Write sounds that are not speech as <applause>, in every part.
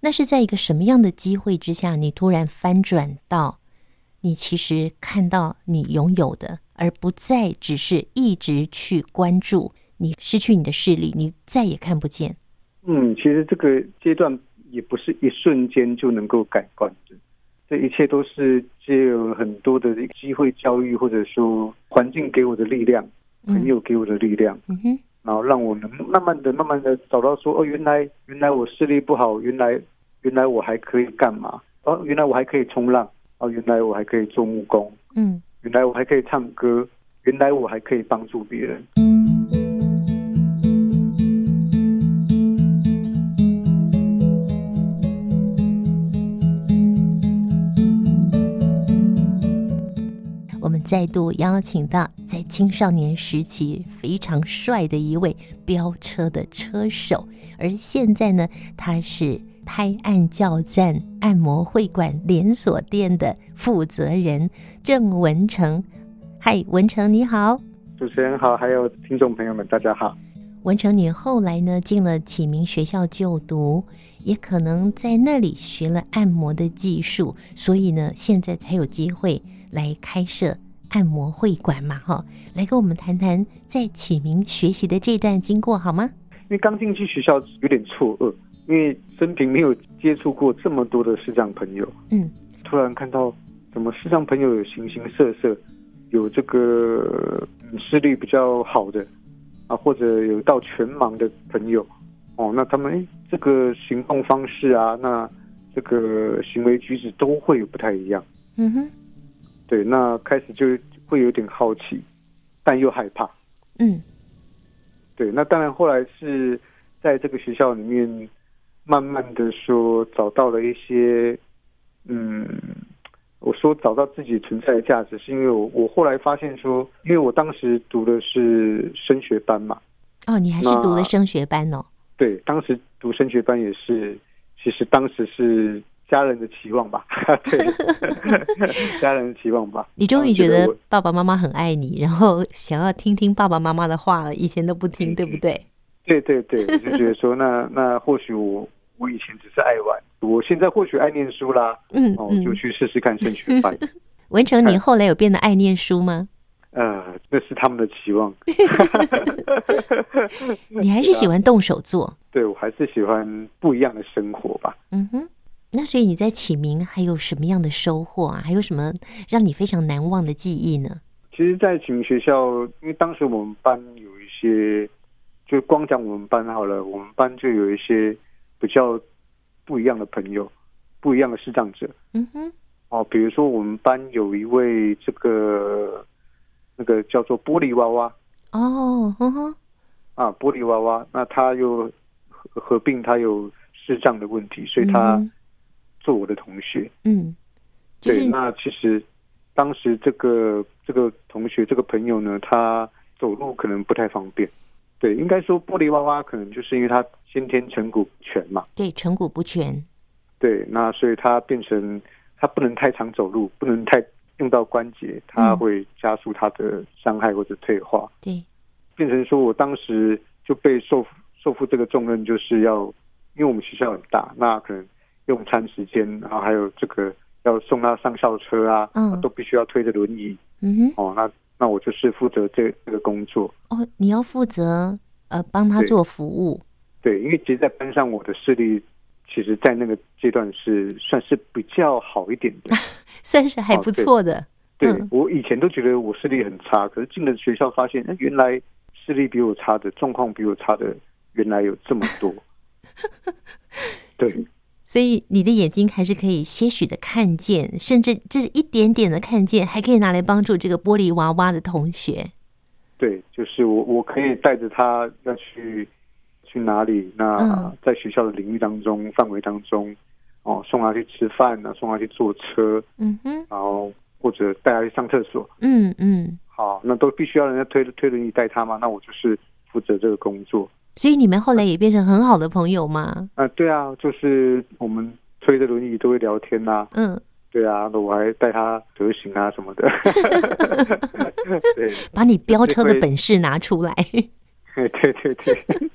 那是在一个什么样的机会之下，你突然翻转到你其实看到你拥有的，而不再只是一直去关注你失去你的视力，你再也看不见。嗯，其实这个阶段也不是一瞬间就能够改观的，这一切都是借有很多的机会、教育，或者说环境给我的力量，朋友给我的力量，嗯哼，然后让我能慢慢的、慢慢的找到说，哦，原来原来我视力不好，原来原来我还可以干嘛？哦，原来我还可以冲浪，哦，原来我还可以做木工，嗯，原来我还可以唱歌，原来我还可以帮助别人。我们再度邀请到在青少年时期非常帅的一位飙车的车手，而现在呢，他是拍案叫赞按摩会馆连锁店的负责人郑文成。嗨，文成你好，主持人好，还有听众朋友们，大家好。文成，你后来呢进了启明学校就读，也可能在那里学了按摩的技术，所以呢，现在才有机会来开设按摩会馆嘛，哈，来跟我们谈谈在启明学习的这段经过好吗？因为刚进去学校有点错愕，因为生平没有接触过这么多的视障朋友，嗯，突然看到怎么视障朋友有形形色色，有这个嗯视力比较好的啊，或者有到全盲的朋友，哦，那他们诶这个行动方式啊，那这个行为举止都会有不太一样。嗯哼，对，那开始就会有点好奇，但又害怕。嗯对，那当然后来是在这个学校里面，慢慢的说找到了一些，嗯，我说找到自己存在的价值，是因为我我后来发现说，因为我当时读的是升学班嘛，哦，你还是读了升学班哦，对，当时读升学班也是，其实当时是家人的期望吧， <laughs> <laughs> 对，家人的期望吧，你终于嗯觉得得我爸爸妈妈很爱你，然后想要听听爸爸妈妈的话了，以前都不听，对不对？对对对，我就觉得说，那那或许我我以前只是爱玩，我现在或许爱念书啦。嗯哦，就嗯，去试试看升学 <laughs> 班。文成，你后来有变得爱念书吗？呃，那是他们的期望。你还是喜欢动手做？对我还是喜欢不一样的生活吧。嗯哼，那所以你在启明还有什么样的收获啊？还有什么让你非常难忘的记忆呢？其实，在启明学校，因为当时我们班有一些，就光讲我们班好了，我们班就有一些比较不一样的朋友，不一样的视障者。嗯哼，哦，比如说我们班有一位这个那个叫做玻璃娃娃哦，哼哼，啊，玻璃娃娃，那他又合合并他有视障的问题，所以他、嗯做我的同学。嗯，就是对，那其实当时这个这个同学这个朋友呢，他走路可能不太方便。对，应该说玻璃娃娃可能就是因为他先天成骨全嘛，对成骨不全，对，那所以他变成他不能太常走路，不能太用到关节，他嗯会加速他的伤害或者退化，对，变成说我当时就被受受负这个重任，就是要因为我们学校很大，那可能用餐时间，然后还有这个要送他上校车啊，嗯都必须要推着轮椅嗯哦。那那我就是负责这这个工作，哼，哦，你要负责呃帮他对做服务，对，因为其实，在班上我的视力，其实在那个阶段是算是比较好一点的。算是还哦不对错的。对嗯我以前都觉得我视力很差，可是进了学校发现，哎，原来视力比我差的状况比我差的，原来有这么 <laughs> 多。对，所以你的眼睛还是可以些许的看见，甚至这是一点点的看见，还可以拿来帮助这个玻璃娃娃的同学。对，就是我我可以带着他要去去哪里，那嗯在学校的领域当中范围当中，哦，送他去吃饭啊，送他去坐车，嗯哼，然后或者带他去上厕所，嗯嗯，好，那都必须要人家推推轮椅带他嘛，那我就是负责这个工作。所以你们后来也变成很好的朋友吗？啊、对啊，就是我们推着轮椅都会聊天呐、嗯，对啊，那我还带他德行啊什么的，对把你飙车的会本事拿出来。对对对，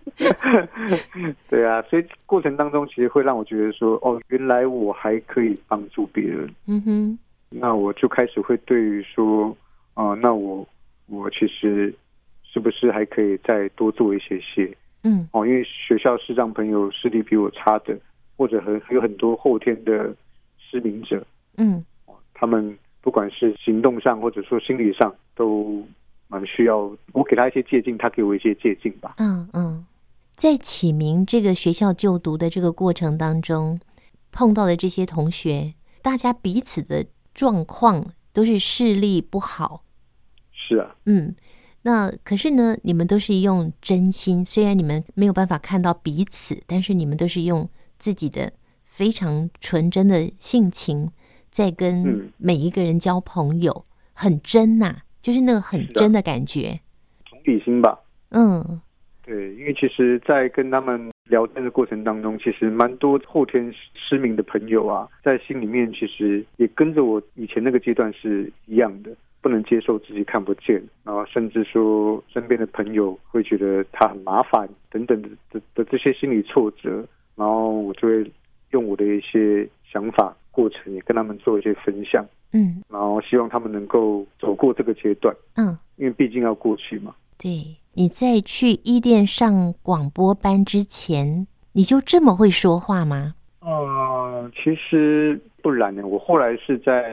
对啊，所以过程当中其实会让我觉得说，哦，原来我还可以帮助别人，嗯哼，那我就开始会对于说，啊、那我我其实是不是还可以再多做一些些？嗯哦，因为学校是让朋友视力比我差的，或者很有很多后天的失明者，嗯他们不管是行动上或者说心理上都蛮需要我给他一些借鉴，他给我一些借鉴吧。嗯嗯，在启明这个学校就读的这个过程当中，碰到的这些同学，大家彼此的状况都是视力不好，是啊，嗯，那可是呢，你们都是用真心，虽然你们没有办法看到彼此，但是你们都是用自己的非常纯真的性情在跟嗯每一个人交朋友，很真呐、就是那个很是的真的感觉。同理心吧。嗯对，因为其实，在跟他们聊天的过程当中，其实蛮多后天失明的朋友啊，在心里面其实也跟着我以前那个阶段是一样的，不能接受自己看不见，然后甚至说身边的朋友会觉得他很麻烦等等的的的这些心理挫折，然后我就会用我的一些想法过程也跟他们做一些分享，嗯然后希望他们能够走过这个阶段，嗯，因为毕竟要过去嘛。对，你在去伊甸上广播班之前，你就这么会说话吗？呃，其实不然呢，我后来是在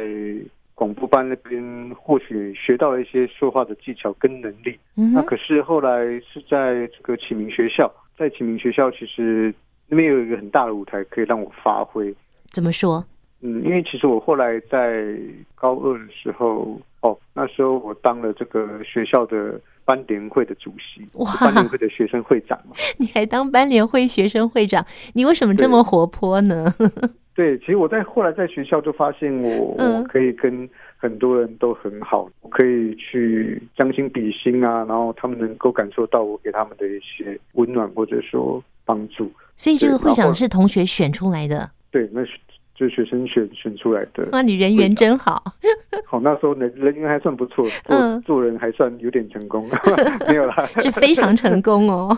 广播班那边，或许学到了一些说话的技巧跟能力。嗯那哼，可是后来是在这个启明学校，在启明学校其实那边有一个很大的舞台可以让我发挥。怎么说？嗯，因为其实我后来在高二的时候，哦，那时候我当了这个学校的班联会的主席，哇 <laughs> 班联会的学生会长嘛。你还当班联会学生会长，你为什么这对么活泼呢？对，其实我在后来在学校就发现我，嗯我可以跟很多人都很好，我可以去将心比心啊，然后他们能够感受到我给他们的一些温暖或者说帮助。所以这对个会然长后是同学选出来 <laughs> 的，对，那是就学生选选出来的。哇，你人会缘真 <laughs> 好。好，那时候人人缘还算不错，做、嗯做人还算有点 <laughs> 成功，没有啦。是非常成功 <laughs> 哦。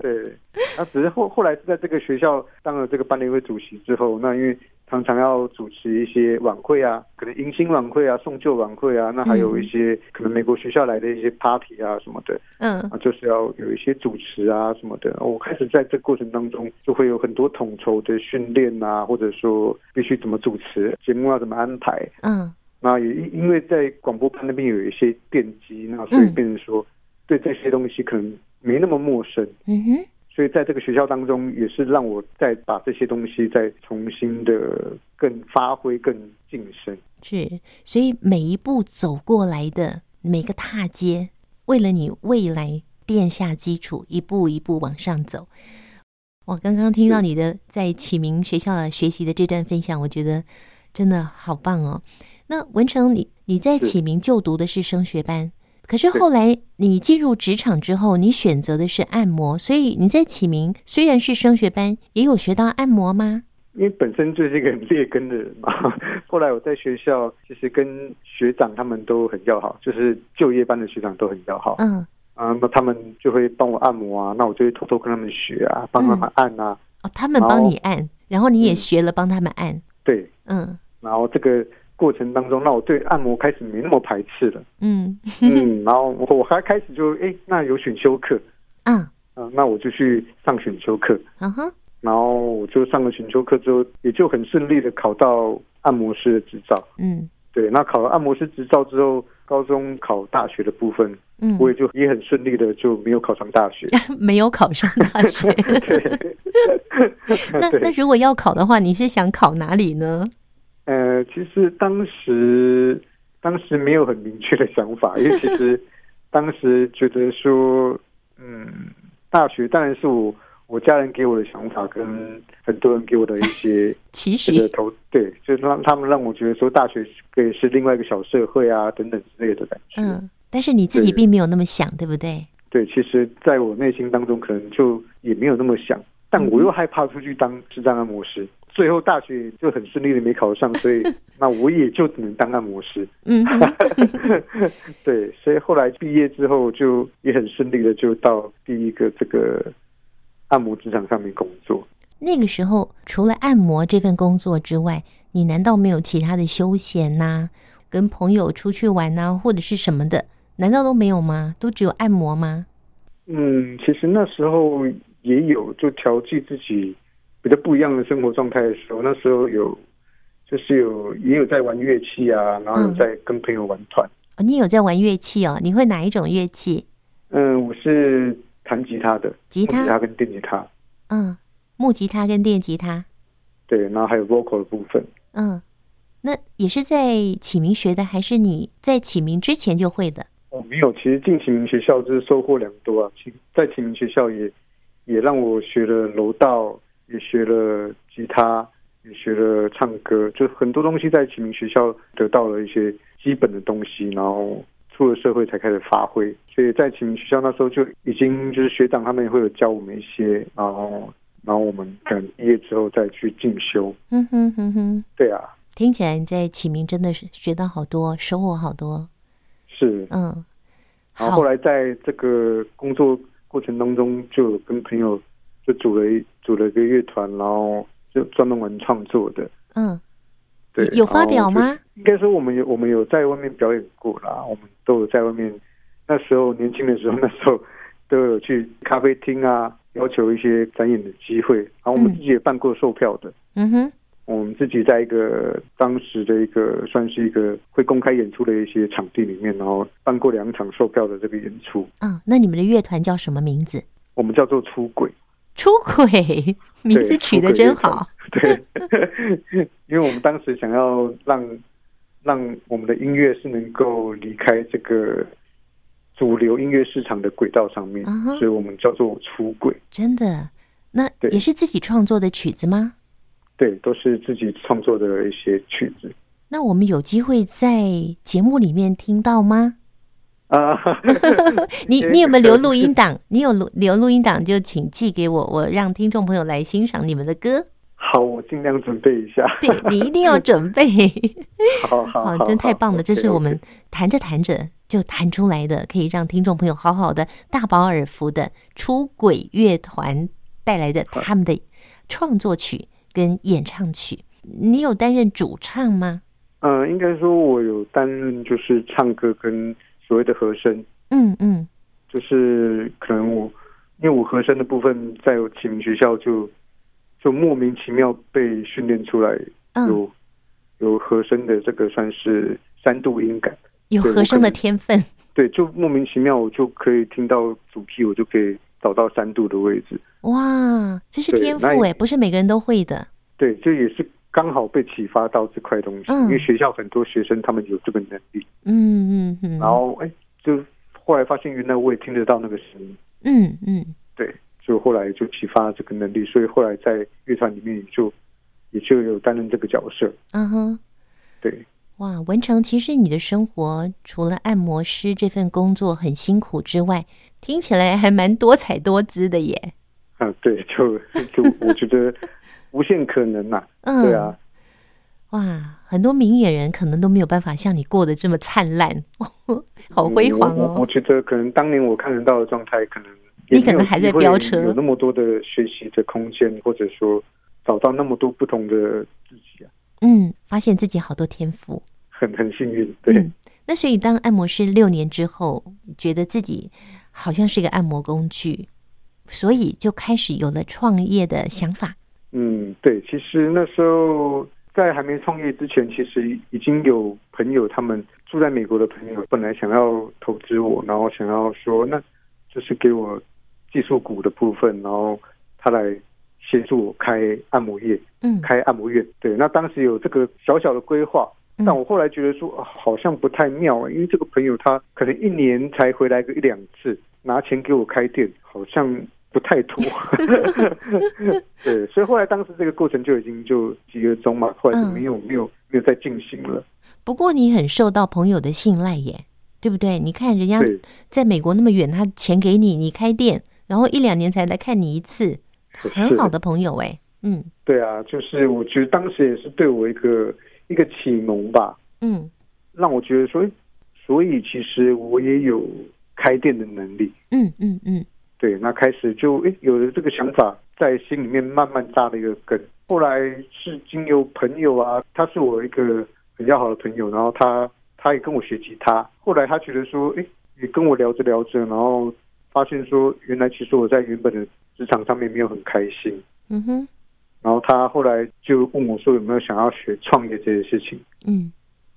对，那只是后后来是在这个学校当了这个班联会主席之后，那因为常常要主持一些晚会啊，可能迎新晚会啊、送旧晚会啊，那还有一些、可能美国学校来的一些 party 啊什么的嗯啊，就是要有一些主持啊什么的。我开始在这过程当中就会有很多统筹的训练啊，或者说必须怎么主持节目要怎么安排，嗯那也因因为在广播班那边有一些奠基，那所以变成说对这些东西可能没那么陌生。嗯哼，所以在这个学校当中，也是让我再把这些东西再重新的更发挥、更晋升。是。所以每一步走过来的每个踏阶，为了你未来奠下基础，一步一步往上走。我刚刚听到你的在启明学校的学习的这段分享，我觉得真的好棒哦。那文成，你你在是启明就读的是升学班，可是对后来你进入职场之后，你选择的是按摩，所以你在启明虽然是升学班，也有学到按摩吗？因为本身就是一个很劣根的人嘛，后来我在学校其实跟学长他们都很要好，就是就业班的学长都很要好。嗯，啊，那他们就会帮我按摩啊，那我就会偷偷跟他们学啊，帮他们按啊，哦，他们帮你按，然后你也学了帮他们按，对。嗯然后这个过程当中，让我对按摩开始没那么排斥了。嗯嗯，然后我还开始就哎，那有选修课，啊，嗯、那我就去上选修课。嗯哼，然后我就上了选修课之后，也就很顺利的考到按摩师的执照。嗯对，那考了按摩师执照之后，高中考大学的部分，嗯，我也就也很顺利的就没有考上大 <laughs> 学。没有考上大学。 <laughs> 对，那那如果要考的话，你是想考哪里呢？ <laughs> 呃，其实当时当时没有很明确的想法，因为其实当时觉得说，嗯，大学当然是我我家人给我的想法，跟很多人给我的一些其这个实，投对，就是让他们让我觉得说大学是可以是另外一个小社会啊等等之类的感觉。嗯，但是你自己对并没有那么想，对不对？对，其实在我内心当中可能就也没有那么想，但我又害怕出去当智障按摩师，最后大学就很顺利的没考上，所以那我也就只能当按摩师。嗯哼，对，所以后来毕业之后就也很顺利的就到第一个这个按摩职场上面工作。 <laughs> 那个时候除了按摩这份工作之外，你难道没有其他的休闲呐、跟朋友出去玩呐、或者是什么的？难道都没有吗？都只有按摩吗？嗯，其实那时候也有就调剂自己比较不一样的生活状态的时候，那时候有就是有也有在玩乐器啊，然后嗯有在跟朋友玩团。哦你有在玩乐器哦？你会哪一种乐器？嗯，我是弹吉他的，吉他木吉他跟电吉他，嗯，木吉他跟电吉他。对，然后还有 vocal 的部分。嗯，那也是在启明学的，还是你在启明之前就会的？我哦没有，其实进启明学校就是收获良多啊。其在启明学校也也让我学了柔道，也学了吉他，也学了唱歌，就很多东西在启明学校得到了一些基本的东西，然后出了社会才开始发挥。所以在启明学校那时候就已经就是学长他们也会有教我们一些，然后然后我们可能毕业之后再去进修。嗯哼哼哼，对啊，听起来你在启明真的是学到好多，收获好多。是。嗯，然好哦后后，来在这个工作过程当中，就有跟朋友就组了一组了一个乐团，然后就专门玩创作的。嗯，对，哦有发表然后吗？就？应该说我们有我们有在外面表演过啦，我们都有在外面。那时候年轻的时候，那时候都有去咖啡厅啊，要求一些展演的机会。然后我嗯们自己也办过售票的。嗯哼，我们自己在一个当时的一个算是一个会公开演出的一些场地里面，然后办过两场售票的这个演出，啊、那你们的乐团叫什么名字？我们叫做出轨。 <laughs> 出轨，名字取得真好。对，因为我们当时想要让让我们的音乐是能够离开这个主流音乐市场的轨道上面啊哈所以我们叫做出轨。 <laughs> 真的。那对也是自己创作的曲子吗？对，都是自己创作的一些曲子那我们有机会在节目里面听到吗？啊。 <laughs> 你呃你有没有留可录音档？ <laughs> 你有录留录音档就请寄给我，我让听众朋友来欣赏你们的 <laughs> 歌。好，我尽量准备一下。对你一定要准备，好好好，真太棒了！这是 OK，OK 我们弹着弹着就弹出来的，可以让听众朋友好好的大饱耳福的出轨乐团带来的他们的创作曲跟演唱曲。你有担任主唱吗？嗯，应该说我有担任就是唱歌跟所谓的和声，嗯嗯就是可能我因为我和声的部分在我启明学校就就莫名其妙被训练出来嗯，有、有和声的这个算是三度音感，有对和我声可的能天分。对，就莫名其妙我就可以听到主 key，我就可以找到三度的位置，哇，这是对天赋那也哎，不是每个人都会的。对，这也是刚好被启发到这块东西，嗯因为学校很多学生他们有这个能力，嗯嗯嗯，然后哎，就后来发现原来我也听得到那个声音，嗯嗯对，就后来就启发这个能力，所以后来在乐团里面也就也就有担任这个角色。嗯哼。对，哇，文成，其实你的生活除了按摩师这份工作很辛苦之外，听起来还蛮多彩多姿的耶。啊，对， <laughs> 就就我觉得无限可能呐、嗯，对啊，，哇，很多明眼人可能都没有办法像你过得这么灿烂， <laughs> 好辉煌嗯我我我哦。觉得可能当年我看得到的状态，可能你也没有可能还在机会飙车有那么多的学习的空间，或者说找到那么多不同的自己啊，嗯，发现自己好多天赋。很很幸运。对，嗯，那所以当按摩师六年之后，觉得自己好像是一个按摩工具，所以就开始有了创业的想法。嗯，对，其实那时候在还没创业之前，其实已经有朋友，他们住在美国的朋友，本来想要投资我，然后想要说，那就是给我技术股的部分，然后他来协助我开按摩业，嗯开按摩院。对，那当时有这个小小的规划，嗯但我后来觉得说、啊好像不太妙、啊因为这个朋友他可能一年才回来个一两次，拿钱给我开店，好像不太妥。对，所以后来当时这个过程就已经就几月中嘛，后来就没有、没有没有再进行了。不过你很受到朋友的信赖耶，对不对？你看人家对，在美国那么远，他钱给你，你开店，然后一两年才来看你一次，很好的朋友哎。嗯对啊，就是我觉得当时也是对我一个一个启蒙吧，嗯让我觉得说，诶所以其实我也有开店的能力。嗯嗯嗯对，那开始就诶有了这个想法，在心里面慢慢扎了一个根。后来是经由朋友啊，他是我一个很要好的朋友，然后他他也跟我学吉他。后来他觉得说，诶，也跟我聊着聊着，然后发现说，原来其实我在原本的职场上面没有很开心。嗯哼然后他后来就问我说有没有想要学创业这件事情。嗯，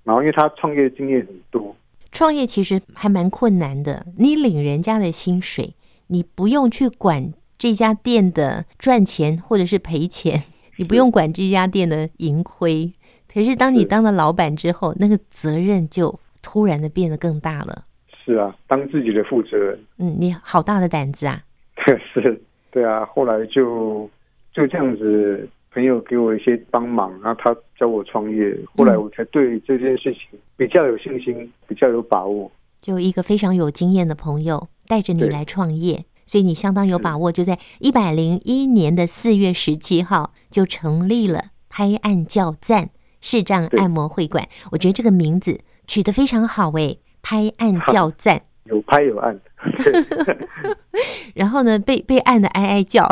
然后因为他创业经验很多，创业其实还蛮困难的，你领人家的薪水，你不用去管这家店的赚钱或者是赔钱， <laughs> 你不用管这家店的盈亏。可是当你是当了老板之后，那个责任就突然的变得更大了。是啊，当自己的负责人，嗯，你好大的胆子啊！ <laughs> 是，对啊，后来就就这样子，朋友给我一些帮忙，然后他教我创业，后嗯来我才对这件事情比较有信心，比较有把握。就一个非常有经验的朋友带着你对来创业，所以你相当有是把握，就在一百零一年的四月十七号就成立了拍案叫赞视障对按摩会馆。我觉得这个名字取得非常好诶，拍案叫赞，有拍有按， <laughs> 然后呢被被按的哀哀 <laughs> 叫，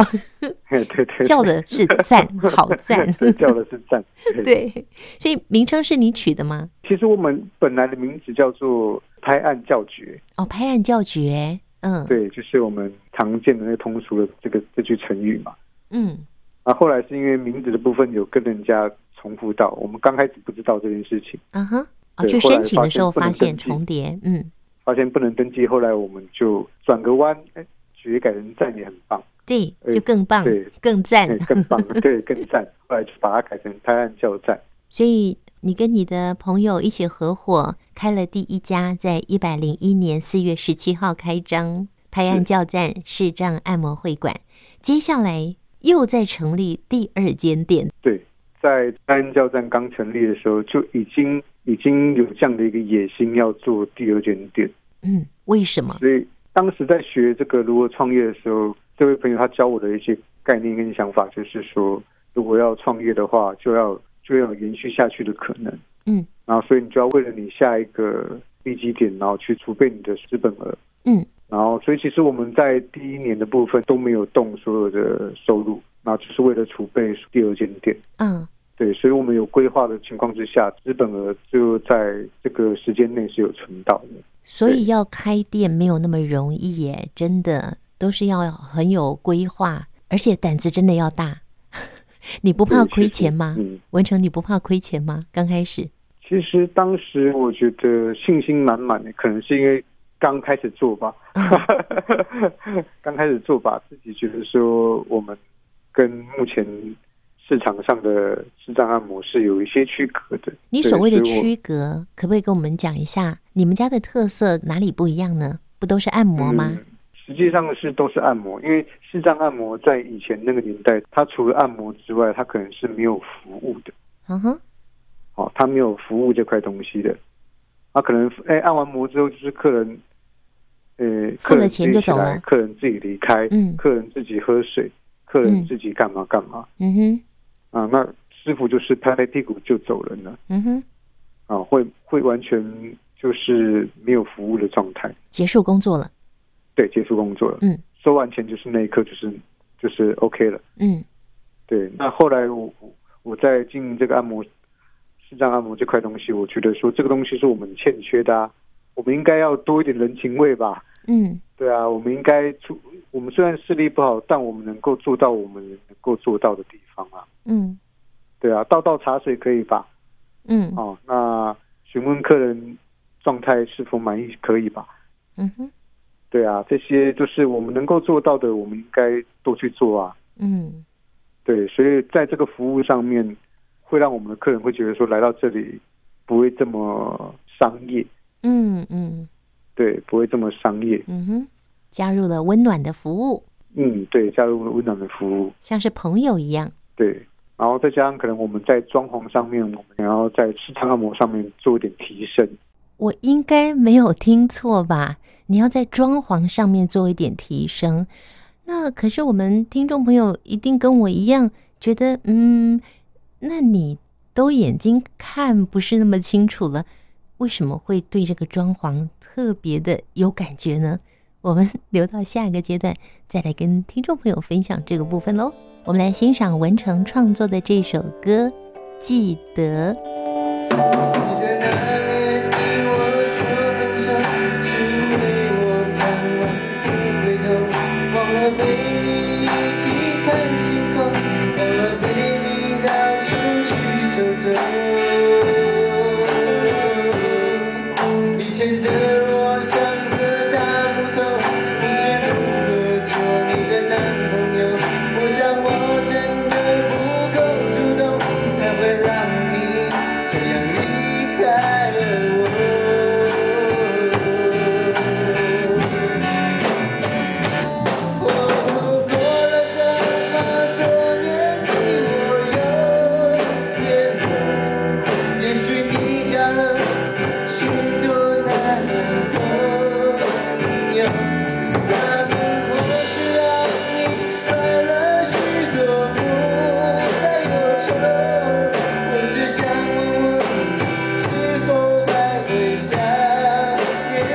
嘿对对对，叫的 <laughs>，是赞，好赞对叫的是 <laughs> 赞。对，所以名称是你取的吗？其实我们本来的名字叫做拍案叫绝，哦，拍案叫绝，嗯，对，就是我们常见的那个通俗的这个这句成语嘛。嗯啊，后来是因为名字的部分有跟人家重复到，我们刚开始不知道这件事情。啊哈，哦，对就后来申请发的时现候不能发现登记重叠，嗯。发现不能登记，后来我们就转个弯，哎，学改成赞也很棒，对，呃就更棒对，更赞哎。，更棒，对，更赞。后来就把它改成拍案叫赞， <laughs> 所以你跟你的朋友一起合伙开了第一家，在一百零一年四月十七号开张，拍案是叫赞视障按摩会馆。接下来又再成立第二间店，对。在拍案叫赞刚成立的时候，就已经已经有这样的一个野心，要做第二间店。嗯，为什么？所以当时在学这个如何创业的时候，这位朋友他教我的一些概念跟想法，就是说，如果要创业的话，就要就要有延续下去的可能。嗯，然后所以你就要为了你下一个利基点，然后去储备你的资本额。嗯然后，所以其实我们在第一年的部分都没有动所有的收入，那就是为了储备第二间店。啊，对，所以我们有规划的情况之下，资本额就在这个时间内是有存到的。所以要开店没有那么容易耶，真的都是要很有规划，而且胆子真的要大。 <laughs> 你不怕对亏其实钱吗？嗯，文成，你不怕亏钱吗？刚开始，其实当时我觉得信心满满的，可能是因为刚开始做吧，刚开始做吧，自己觉得说我们跟目前市场上的智障按摩是有一些区隔的。你对所谓的，所区以隔，可不可以跟我们讲一下你们家的特色哪里不一样呢？不都是按我摩吗嗯？实际上是都是按摩，因为视障按摩在以前那个年代，它除了按摩之外，它可能是没有服务的，嗯哼，哦，它没有服务这块东西的，它可能哎按完摩之后就是客人，呃，付客了人钱自己就起走来了客人自己离开，嗯客人自己喝水，客人嗯自己干嘛干嘛、嗯哼，啊，那师傅就是拍拍屁股就走人了嗯哼，啊，会会完全就是没有服务的状态。结束工作了。对，结束工作了。嗯，收完钱就是那一刻，就是就是 OK 了。嗯对，那后来我我我在经营这个按摩，视障按摩这块东西，我觉得说这个东西是我们欠缺的、啊，我们应该要多一点人情味吧。嗯对啊，我们应该出，我们虽然视力不好，但我们能够做到我们能够做到的地方啊。嗯对啊，倒倒茶水可以吧？嗯哦，那询问客人状态是否满意可以吧？嗯哼对啊，这些就是我们能够做到的，我们应该多去做啊。嗯对，所以在这个服务上面，会让我们的客人会觉得说来到这里不会这么商业，嗯嗯对，不会这么商业。嗯哼，加入了温暖的服务，嗯，对，加入温暖的服务，像是朋友一样。对。然后再加上可能我们在装潢上面，我们然后在市场按摩上面做一点提升。我应该没有听错吧？你要在装潢上面做一点提升。那可是我们听众朋友一定跟我一样，觉得嗯，那你都眼睛看不是那么清楚了，为什么会对这个装潢特别的有感觉呢？我们留到下一个阶段再来跟听众朋友分享这个部分喽。我们来欣赏文成创作的这首歌《记得》。你的那年对我说分手，是因为我盼望不回头，忘了陪你一起看星空，忘了陪你到处去走走。以前的我像个大木头，你却如何做你的男朋友？我想我真的不够主动，才会让你这样离开了我。我度过了这么多年，你我有点冷。也许你交了许多男朋友，他们或许让你快乐许多，不再忧愁。我只想问问你，是否还会想念我？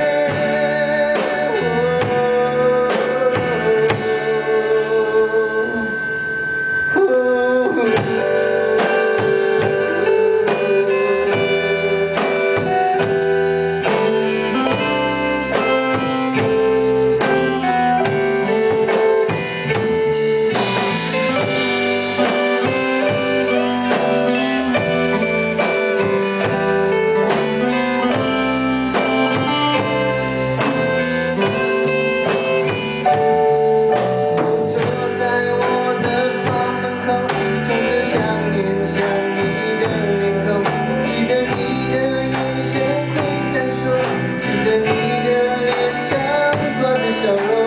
我坐在我的房门口，总是想念想你的脸孔，记得你的眼神会闪烁，记得你的脸上挂着笑容。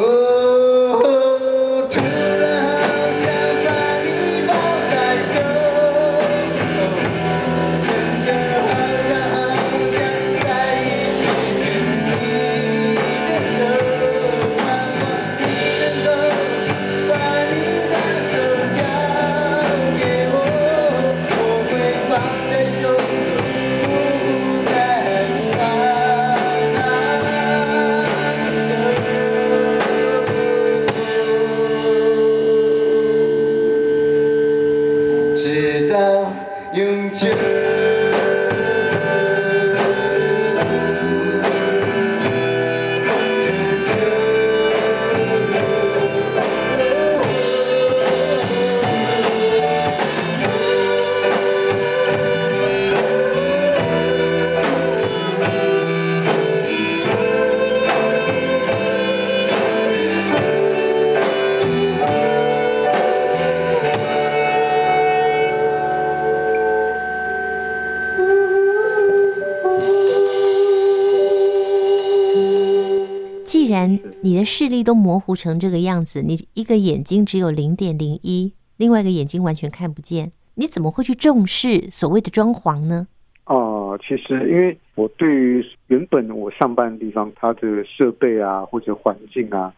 哦，突然好想把你抱在手中，真的好想好想再一次牵你的手，盼望你能够把你的手交给我，我会放在手中，不再放手，直到永久。既然你的视力都模糊成这个样子，你一个眼睛只有零点零一，另外一个眼睛完全看不见，你怎么会去重视所谓的装潢呢？哦、其实因为我对于原本我上班的地方，它的设备啊或者环境啊，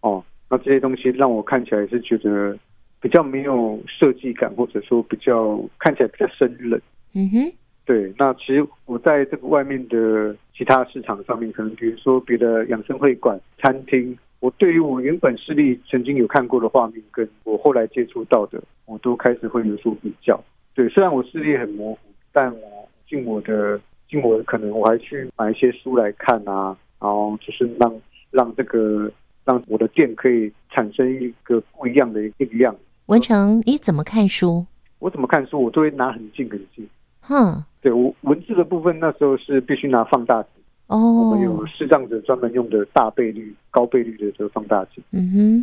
哦，那这些东西让我看起来是觉得比较没有设计感，或者说比较看起来比较生冷。嗯哼，对，那其实我在这个外面的其他市场上面，可能比如说别的养生会馆、餐厅，我对于我原本视力曾经有看过的画面，跟我后来接触到的，我都开始会有所比较。对，虽然我视力很模糊，但我尽我的尽我的可能，我还去买一些书来看啊，然后就是让让这个让我的店可以产生一个不一样的一个样子。文成，你怎么看书？我怎么看书，我都会拿很近很近。哼，对我文字的部分，那时候是必须拿放大镜。我哦们，有视障者专门用的大倍率、高倍率的这个放大镜，嗯哼，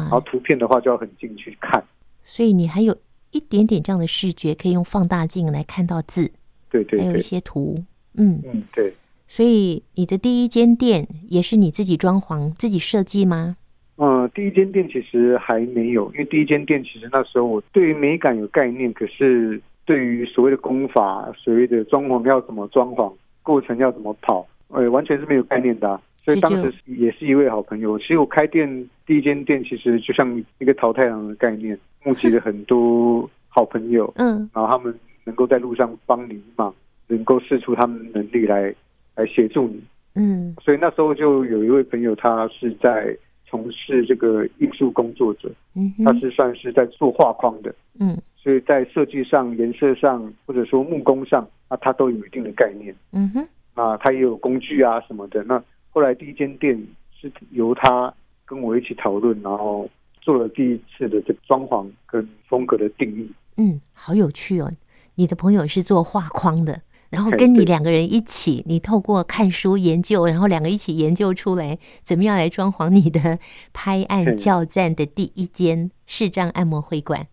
然后哇，图片的话就要很近去看。所以你还有一点点这样的视觉，可以用放大镜来看到字，对对还有一对，些图，嗯，嗯对，所以你的第一间店也是你自己装潢、自己设计吗？嗯，第一间店其实还没有，因为第一间店其实那时候我对于美感有概念，可是对于所谓的工法、所谓的装潢要怎么装潢、过程要怎么跑，呃，完全是没有概念的啊、所以这当就时也是一位好朋友。其实我开店第一间店，其实就像一个淘汰郎的概念，募集了很多好朋友，嗯然后他们能够在路上帮你一忙，能够试出他们的能力来来协助你。嗯所以那时候就有一位朋友，他是在从事这个艺术工作者，嗯他哼，是算是在做画框的，嗯所以在设计上、颜色上，或者说木工上，那他都有一定的概念。嗯哼，那他也有工具啊什么的。那后来第一间店是由他跟我一起讨论，然后做了第一次的这个装潢跟风格的定义。嗯，好有趣哦！你的朋友是做画框的，然后嘿跟你哎对两个人一起，你透过看书研究，然后两个一起研究出来怎么样来装潢你的拍案嘿叫赞的第一间视障按摩会馆。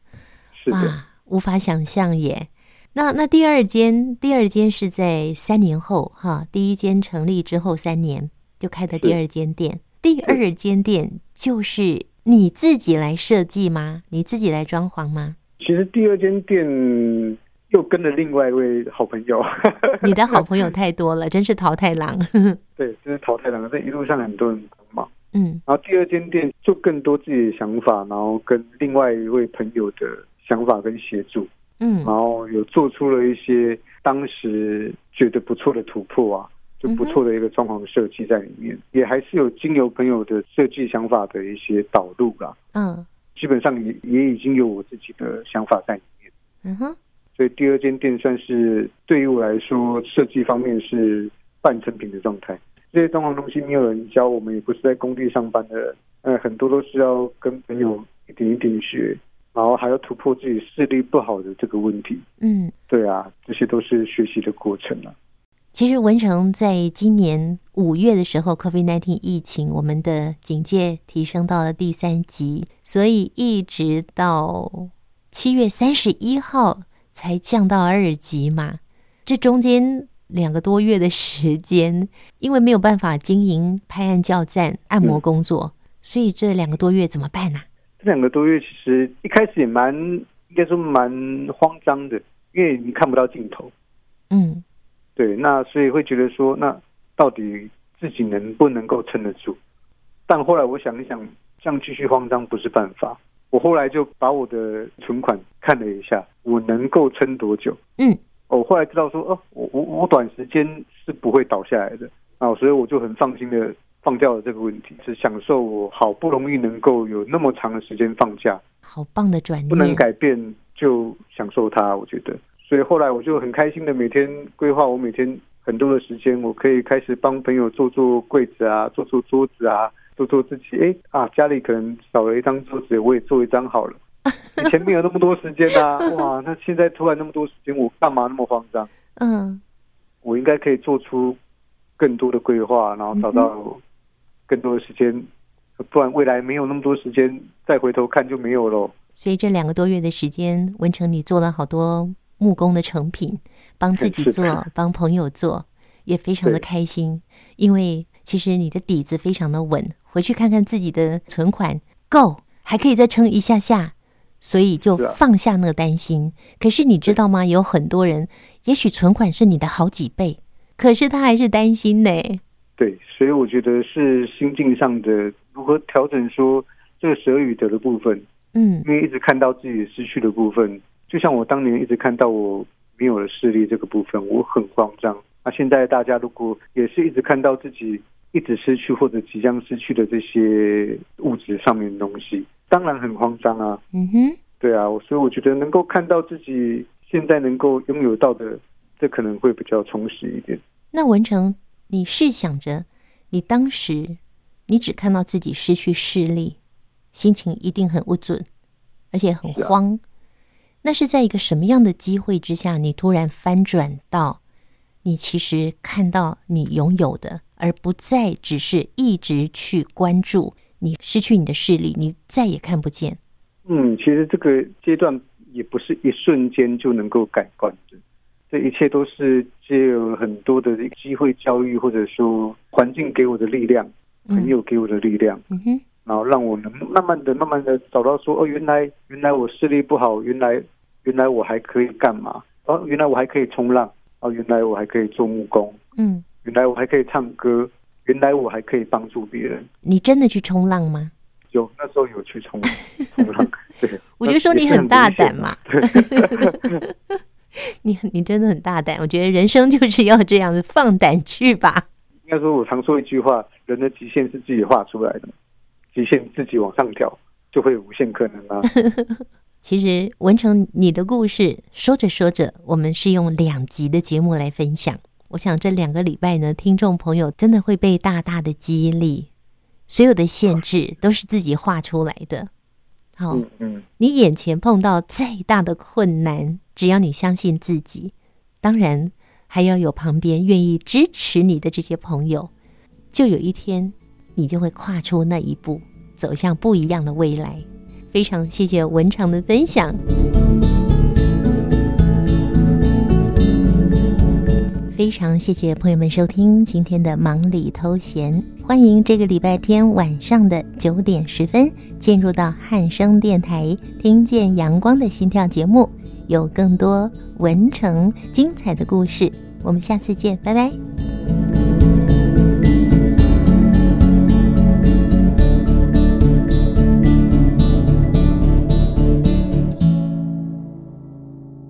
是的，哇，无法想象耶。那那第二间，第二间是在三年后哈，第一间成立之后三年就开的第是二间店。第二间店就是你自己来设计吗？你自己来装潢吗？其实第二间店又跟了另外一位好朋友， <laughs> 你的好朋友太多了，真是淘汰郎。对，真是淘汰了。这一路上很多人帮忙。 <laughs> 嗯然后第二间店就更多自己的想法，然后跟另外一位朋友的想法跟协助，嗯然后有做出了一些当时觉得不错的突破啊，就不错的一个装潢设计在里面，也还是有经由朋友的设计想法的一些导入啦，嗯基本上也也已经有我自己的想法在里面，嗯哼所以第二间店算是对于我来说设计方面是半成品的状态。这些装潢东西没有人教，我们也不是在工地上班的人，呃，很多都是要跟朋友一点一点学，然后还要突破自己视力不好的这个问题。嗯。对啊，这些都是学习的过程啊。其实文成在今年五月的时候，COVID-19 疫情，我们的警戒提升到了第三级，所以一直到七月三十一号才降到二级嘛。这中间两个多月的时间，因为没有办法经营拍案叫赞按摩工作，所以这两个多月怎么办呢、啊这两个多月其实一开始也蛮，应该说蛮慌张的，因为你看不到尽头。嗯对，那所以会觉得说，那到底自己能不能够撑得住？但后来我想一想，这样继续慌张不是办法。我后来就把我的存款看了一下，我能够撑多久？嗯，我后来知道说，哦，我我我短时间是不会倒下来的啊，所以我就很放心的放掉了这个问题，是享受我好不容易能够有那么长的时间放假，好棒的转不能念，改变就享受它，我觉得。所以后来我就很开心的每天规划，我每天很多的时间，我可以开始帮朋友做做柜子啊，做做桌子啊，做做自己。哎啊，家里可能少了一张桌子，我也做一张好了。以前没有那么多时间啊，哇，那现在突然那么多时间，我干嘛那么慌张？嗯我应该可以做出更多的规划，然后找到更多的时间，不然未来没有那么多时间，再回头看就没有喽。所以这两个多月的时间，文成你做了好多木工的成品，帮自己是的做，帮朋友做，也非常的对开心。因为其实你的底子非常的稳，回去看看自己的存款够，还可以再撑一下下，所以就是啊放下那个担心。可是你知道吗？有很多人，也许存款是你的好几倍，可是他还是担心呢。对，所以我觉得是心境上的如何调整说这个舍与得的部分，嗯因为一直看到自己失去的部分，就像我当年一直看到我没有了视力这个部分，我很慌张。那、现在大家如果也是一直看到自己一直失去或者即将失去的这些物质上面的东西，当然很慌张啊。嗯哼，对啊，所以我觉得能够看到自己现在能够拥有到的，这可能会比较充实一点。那文成，你试想着，你当时你只看到自己失去视力，心情一定很无准，而且很是啊慌。那是在一个什么样的机会之下，你突然翻转到你其实看到你拥有的，而不再只是一直去关注你失去你的视力，你再也看不见。嗯，其实这个阶段也不是一瞬间就能够改观的，这一切都是借有很多的机会教育，或者说环境给我的力量，朋嗯友给我的力量，嗯哼，然后让我能慢慢的、慢慢的找到说，哦，原来原来我视力不好，原来原来我还可以干嘛？哦，原来我还可以冲浪，哦，原来我还可以做木工，嗯原来我还可以唱歌，原来我还可以帮助别人。你真的去冲浪吗？有那时候有去冲冲浪， <laughs> 对，我就说你也是很大危险胆嘛，<laughs> 对，你你真的很大胆。我觉得人生就是要这样子，放胆去吧。应该说我常说一句话，人的极限是自己画出来的，极限自己往上挑，就会有无限可能啊。其实文成，你的故事说着说着，我们是用两集的节目来分享。我想这两个礼拜呢，听众朋友真的会被大大的激励。所有的限制都是自己画出来的。好、嗯嗯，你眼前碰到再大的困难，只要你相信自己，当然还要有旁边愿意支持你的这些朋友，就有一天你就会跨出那一步，走向不一样的未来。非常谢谢文长的分享。非常谢谢朋友们收听今天的忙里偷闲，欢迎这个礼拜天晚上的九点十分进入到汉声电台，听见阳光的心跳节目，有更多文成精彩的故事，我们下次见，拜拜。